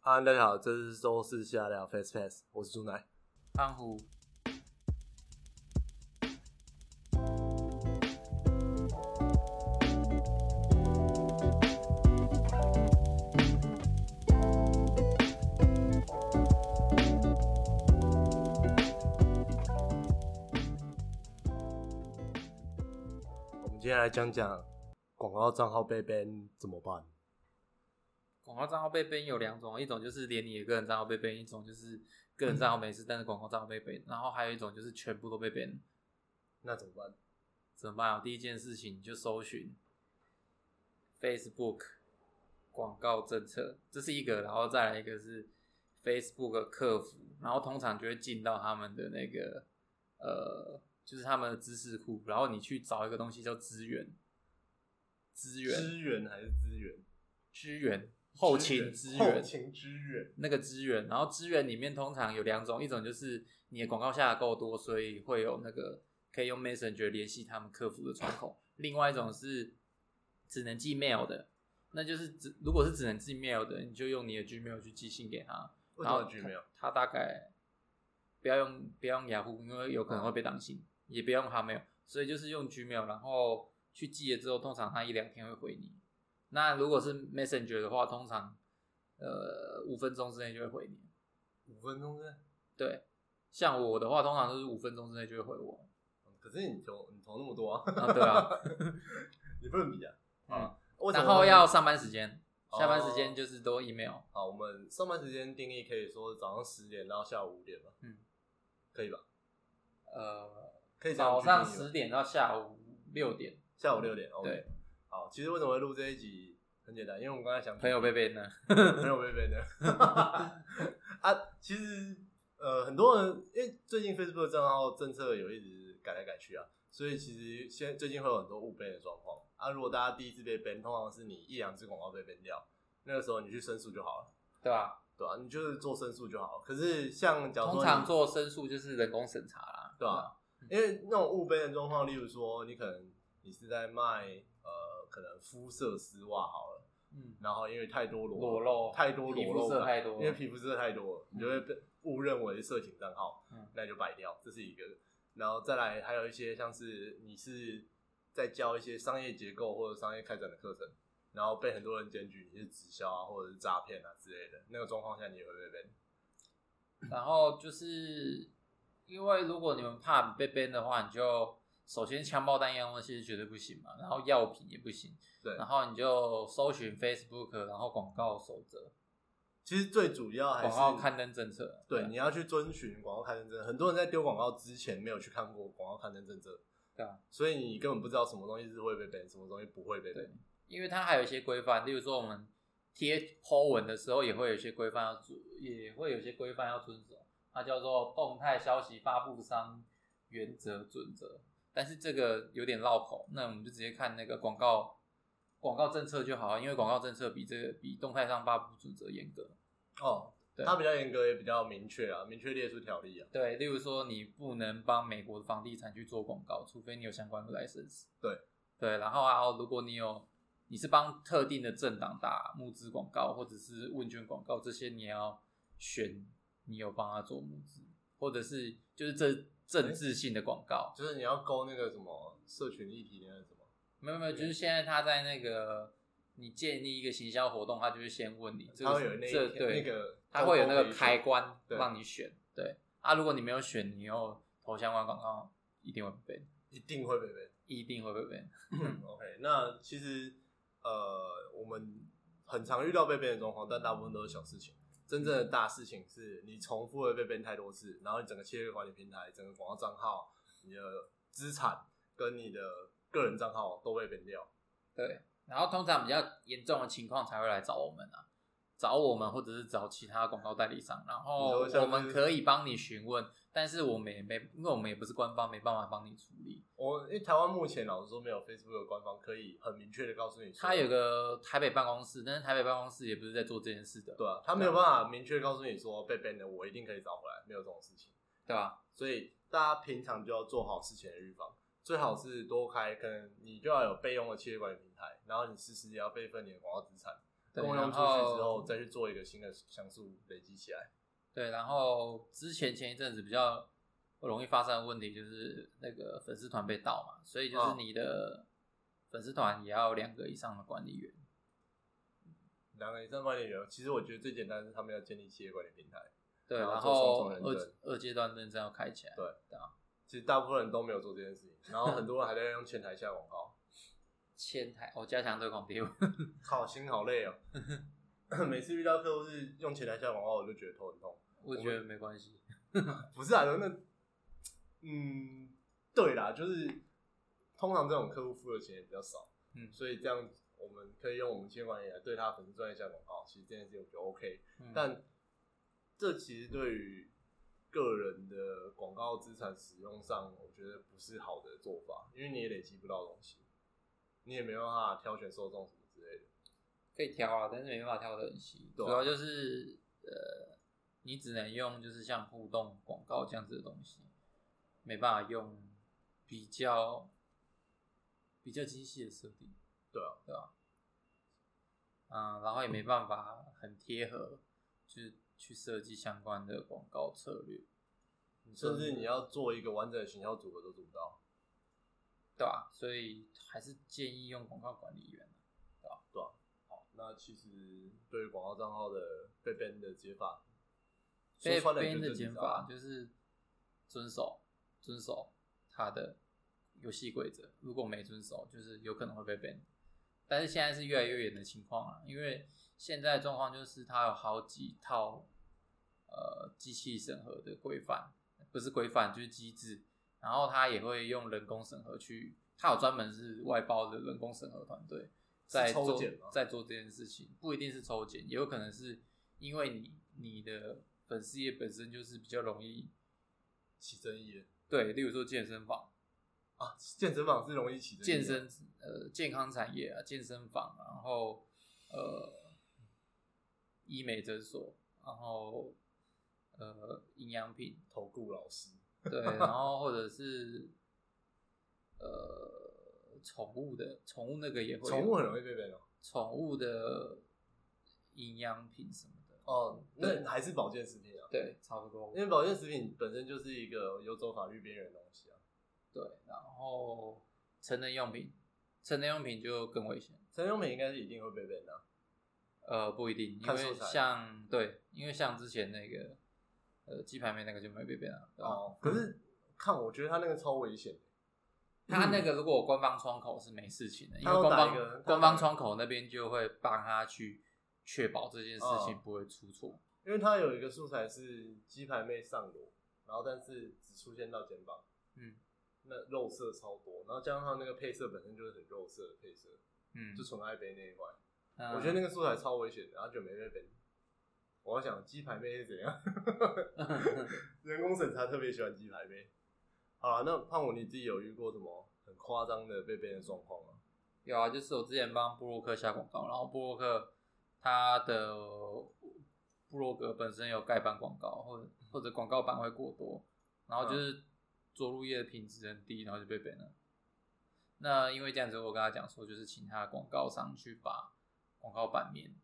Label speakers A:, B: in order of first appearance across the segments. A: 哈，大家好，这是周四下聊 Face Pass，我是朱奶。
B: 胖虎，
A: 我们今天来讲讲广告账号被 ban 怎么办？
B: 广告账号被 ban 有两种，一种就是连你的个人账号被 ban，一种就是个人账号没事，但是广告账号被 ban，然后还有一种就是全部都被 ban，
A: 那怎么办？
B: 怎么办啊？第一件事情你就搜寻 Facebook 广告政策，这是一个，然后再来一个是 Facebook 的客服，然后通常就会进到他们的那个呃，就是他们的知识库，然后你去找一个东西叫资源，资源，
A: 支援还是资源？
B: 资源，后勤资源
A: 后，勤支援。
B: 那个资源，然后资源里面通常有两种，一种就是你的广告下的够多，所以会有那个可以用 Messenger 联系他们客服的窗口；另外一种是只能寄 mail 的，那就是只如果是只能寄 mail 的，你就用你的 Gmail 去寄信给他，
A: 为
B: 然
A: 什
B: 后
A: 么 Gmail？
B: 他他大概不要用不要用雅虎，因为有可能会被挡
A: 嗯
B: 信，也不要用 Hotmail，所以就是用 Gmail，然后去寄了之后，通常他一两天会回你。那如果是 Messenger 的话，通常呃五分钟之内就会回你。
A: 五分钟是？
B: 对，像我的话，通常都是五分钟之内就会回我。
A: 哦可是你投你投那么多啊？
B: 啊，对啊，
A: 你不能比啊！
B: 嗯，
A: 为什么
B: 然后要上班时间，
A: 哦
B: 下班时间就是都 email。
A: 好，我们上班时间定义可以说早上十点到下午五点吧？
B: 嗯，
A: 可以吧？
B: 呃，
A: 可以这样
B: 早
A: 去定义
B: 上
A: 吧
B: 十点到下午六点，
A: 下午六点。OK
B: 对，
A: 好，其实为什么会录这一集？很简单，因为我们刚才想
B: 朋友被 ban 呢。
A: 没有被 ban 的。啊，其实呃，很多人因为最近 Facebook 账号政策有一直改来改去啊，所以其实现在最近会有很多误 ban 的状况啊。如果大家第一次被 ban，通常是你一两只广告被 ban 掉，那个时候你去申诉就好了，
B: 对吧？
A: 对啊吧、你就是做申诉就好了。可是像假如说
B: 通
A: 你
B: 常做申诉就是人工审查啦，
A: 对啊？因为那种误 ban 的状况，例如说你可能你是在卖呃，可能肤色丝袜好了，
B: 嗯，
A: 然后因为太多裸
B: 裸露
A: 太多
B: 皮
A: 裸
B: 肤
A: 露
B: 色
A: 感，
B: 太多，
A: 因为皮肤色太多了，你就会被误认为色情账号，
B: 嗯
A: 那你就摆掉，这是一个。然后再来还有一些像是你是在教一些商业结构或者商业开展的课程，然后被很多人检举你是直销啊或者是诈骗啊之类的，那个状况下你也会被 ban。
B: 然后就是因为如果你们怕被 ban 的话，你就首先枪爆弹样东西是绝对不行嘛，然后药品也不行，
A: 对
B: 然后你就搜寻 Facebook，然后广告守则、
A: 其实最主要啊还
B: 广
A: 是
B: 告啊刊登政策，
A: 对，你要去遵循广告刊登政策。很多人在丢广告之前没有去看过广告刊登政策，
B: 对啊，
A: 所以你根本不知道什么东西是会被 ban，什么东西不会被
B: 对
A: ban。
B: 因为它还有一些规范，例如说我们贴 po 文的时候也会有一些规范要遵，也会有一些规范要遵守，它叫做动态消息发布商原则准则。但是这个有点绕口，那我们就直接看那个广告广告政策就好啊了，因为广告政策比这个比动态上发布准则严格。
A: 哦，
B: 对
A: 它比较严格，也比较明确啊，明确列出条例啊。
B: 对，例如说你不能帮美国的房地产去做广告，除非你有相关的 license。
A: 对
B: 对，然后啊，如果你有你是帮特定的政党打募资广告或者是问卷广告，这些你要选你有帮他做募资，或者是就是这政治性的广告。
A: 就是你要勾那个什么社群议题那啊个什么，
B: 没有没有，就是现在他在那个你建立一个行销活动，他就会先问你，这
A: 它
B: 个
A: 会
B: 是
A: 有那一
B: 这
A: 条
B: 对
A: 那个，
B: 它会有那个开，关
A: 对
B: 让你选。对啊，如果你没有选，你又投相关广告，一定会被 ban，
A: 一定会被 ban。
B: 一定会被 ban。
A: OK，那其实呃，我们很常遇到被 ban 的状况，但大部分都是小事情。真正的大事情是你重复的被 ban 太多次，然后你整个企业管理平台、整个广告账号、你的资产跟你的个人账号都被 ban 掉。
B: 对，然后通常比较严重的情况才会来找我们啊，找我们或者是找其他广告代理商，然后
A: 你说像
B: 我们
A: 是
B: 可以帮你询问，但是我们也没，因为我们也不是官方，没办法帮你处理。
A: 我因为台湾目前老实说没有 Facebook 的官方可以很明确的告诉你说，
B: 他有个台北办公室，但是台北办公室也不是在做这件事的，
A: 对啊，他没有办法明确告诉你说被 ban 的，我一定可以找回来，没有这种事情。
B: 对吧？
A: 所以大家平常就要做好事前的预防，最好是多开，可能你就要有备用的企业管理平台，然后你时时也要备份你的广告资产，
B: 对
A: 共用
B: 然
A: 出去
B: 后
A: 之后再去做一个新的像素累积起来。
B: 对，然后之前前一阵子比较容易发生的问题就是那个粉丝团被盗嘛，所以就是
A: 嗯
B: 你的粉丝团也要有两个以上的管理员。
A: 两个以上管理员，其实我觉得最简单的是他们要建立企业管理平台。
B: 对，
A: 然后
B: 然
A: 做
B: 后
A: 双重认
B: 二
A: 证
B: 二阶段认证要开起来。
A: 对
B: 对啊，
A: 其实大部分人都没有做这件事情，然后很多人还在用前台下广告，
B: 前台哦，加强推广业务。
A: 靠，心好累哦。 每次遇到客户是用前台下广告，我就觉得头很痛。
B: 我觉得没关系。
A: 不是啊，那嗯，对啦，就是通常这种客户付的钱也比较少，
B: 嗯
A: 所以这样我们可以用我们企业管理来对他的粉丝赚一下广告，其实这件事情我觉得 OK，、
B: 嗯
A: 但这其实对于个人的广告资产使用上，我觉得不是好的做法，因为你也累积不到东西，你也没办法挑选受众什么之类的。
B: 可以挑啊，但是没办法挑的很细。
A: 对啊
B: 主要就是呃，你只能用就是像互动广告这样子的东西，没办法用比较比较精细的设定。
A: 对啊，
B: 对啊。嗯，然后也没办法很贴合，就是去设计相关的广告策略，嗯
A: 甚至你要做一个完整的行销组合都做不到。
B: 对吧、所以还是建议用广告管理员。
A: 那其实对于广告账号的被 ban 的解法，
B: 所以
A: 说穿了
B: ban
A: 就
B: 的
A: 是
B: 减
A: 你知道啊
B: 法就是遵守遵守它的游戏规则，如果没遵守，就是有可能会被 ban。但是现在是越来越远的情况了，因为现在的状况就是它有好几套呃机器审核的规范，不是规范就是机制，然后它也会用人工审核去，它有专门是外包的人工审核团队，在
A: 是抽
B: 做
A: 检吗
B: 在做这件事情，不一定是抽检，也有可能是因为你你的粉丝业本身就是比较容易
A: 起争议了
B: 对，例如说健身房、
A: 啊！健身房是容易起争议的
B: 健身呃健康产业啊，健身房，然后呃医美诊所，然后呃营养品，
A: 投顾老师，
B: 对，然后或者是呃宠物的宠物那个也会有
A: 宠物很容易被 ban 哦。
B: 宠物的营养品什么的，
A: 哦，
B: 对
A: 那还是保健食品啊，
B: 对，差不多
A: 因为保健食品本身就是一个游走法律边缘的东西啊。
B: 对，然后成人用品，成人用品就更危险。
A: 成人用品应该是一定会被 ban 的啊、
B: 呃，不一定，因
A: 看
B: 为
A: 素材
B: 像对，因为像之前那个呃鸡排妹那个就没被变了。对啊嗯吧，
A: 哦，可是看我觉得他那个超危险的，
B: 他那个如果有官方窗口是没事情的，因
A: 他
B: 为
A: 有
B: 官
A: 打一个他有
B: 方
A: 打
B: 官方
A: 一个
B: 窗口那边就会帮他去确保这件事情
A: 哦
B: 不会出错。
A: 因为他有一个素材是鸡排妹上裸，然后但是只出现到肩膀，
B: 嗯
A: 那肉色超多，然后加上它那个配色本身就是很肉色的配色，
B: 嗯，
A: 就纯爱杯那一块，
B: 嗯
A: 我觉得那个素材超危险的，然后就没被 ban。我要想鸡排妹是怎 样，人工审查特别喜欢鸡排妹。好了，那胖虎你自己有遇过什么很夸张的被 ban 的状况吗？
B: 有啊，就是我之前帮布洛克下广告，然后布洛克他的布洛格本身有盖板广告，或者或者广告板会过多，然后就是着陆页的品质很低，然后就被 ban 了。那因为这样子，我跟他讲说，就是请他的广告商去把广告版面，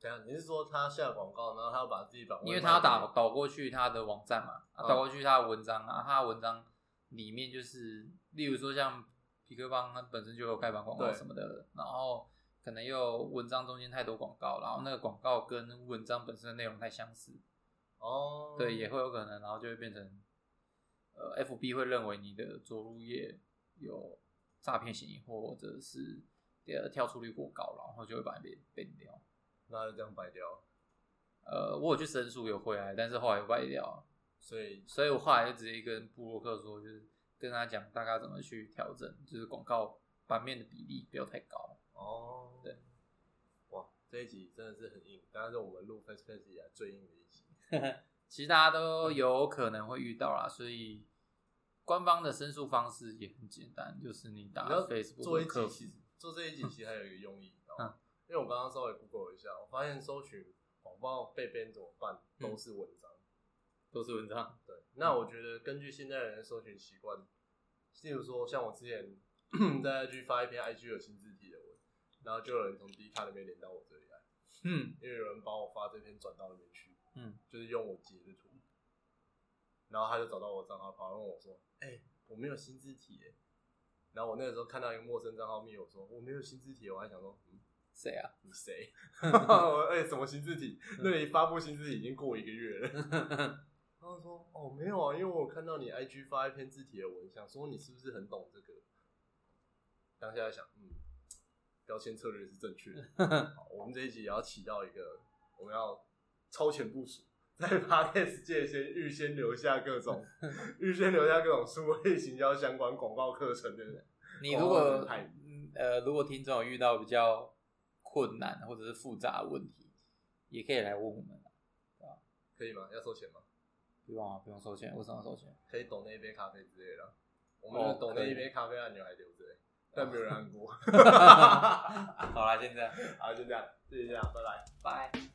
A: 等一下你是说他下广告，然后他要把自己版位
B: 因为他要
A: 卖
B: 导
A: 给
B: 导过去他的网站嘛，啊、
A: 嗯
B: 导过去他的文章啊，他的文章里面就是，例如说像皮克邦，它本身就有盖板广告
A: 对
B: 什么的，然后可能又文章中间太多广告，然后那个广告跟文章本身的内容太相似，
A: 哦，
B: 对，也会有可能，然后就会变成，呃，FB 会认为你的着陆页有诈骗嫌疑，或者是呃跳出率过高，然后就会把你被 ban 掉。
A: 那就这样白掉了。
B: 呃，我有去申诉有回来，但是后来又 ban 掉了。
A: 所以
B: 所以我后来就直接跟布洛克说，就是跟他讲大概怎么去调整，就是广告版面的比例不要太高。
A: 哦，
B: 对，
A: 哇，这一集真的是很硬，当然是我们录 Face Face 以来最硬的一集。
B: 其实大家都有可能会遇到啦，所以官方的申诉方式也很简单，就是你打
A: 你要
B: 啊 Facebook
A: 做一
B: 的客
A: 集，
B: 服
A: 其实做这一集其实还有一个用意，然
B: 嗯
A: 后因为我刚刚稍微 Google 一下，我发现搜寻广告被编怎么办
B: 嗯
A: 都是文章。
B: 都是文章。
A: 对，那我觉得根据现在人的搜寻习惯，例如说像我之前 在 IG 发一篇 IG 有新字体的文，然后就有人从 D 卡那边连到我这里来，啊
B: 嗯，
A: 因为有人把我发这篇转到里面去，
B: 嗯，
A: 就是用我截的图，然后他就找到我账号，跑来问我说：“哎、我没有新字体耶。”然后我那个时候看到一个陌生账号密我说：“我没有新字体。”我还想说：“嗯，
B: 谁啊？
A: 你谁？我 哎、什么新字体？那里发布新字体已经过一个月了。”然后说：“哦，没有啊，因为我看到你 IG 发一篇字体的文，想说你是不是很懂这个？”当下在想，嗯，标签策略是正确的。好我们这一集也要起到一个，我们要超前部署，在 podcast 界先预先留下各种预先留下各种数位行销相关广告课程的人。
B: 你如果
A: 广告门派
B: 嗯呃，如果听众有遇到比较困难或者是复杂的问题，也可以来问我们啊，
A: 可以吗？要收钱吗？
B: 不用啊，不用收钱，为什么要收钱？
A: 可以抖那一杯咖啡之类的啊。我们抖那一杯咖啡按钮还留着欸、但没有人按过。
B: 啊好啦，现在
A: 好，就这样，谢谢大家，拜拜。
B: 拜。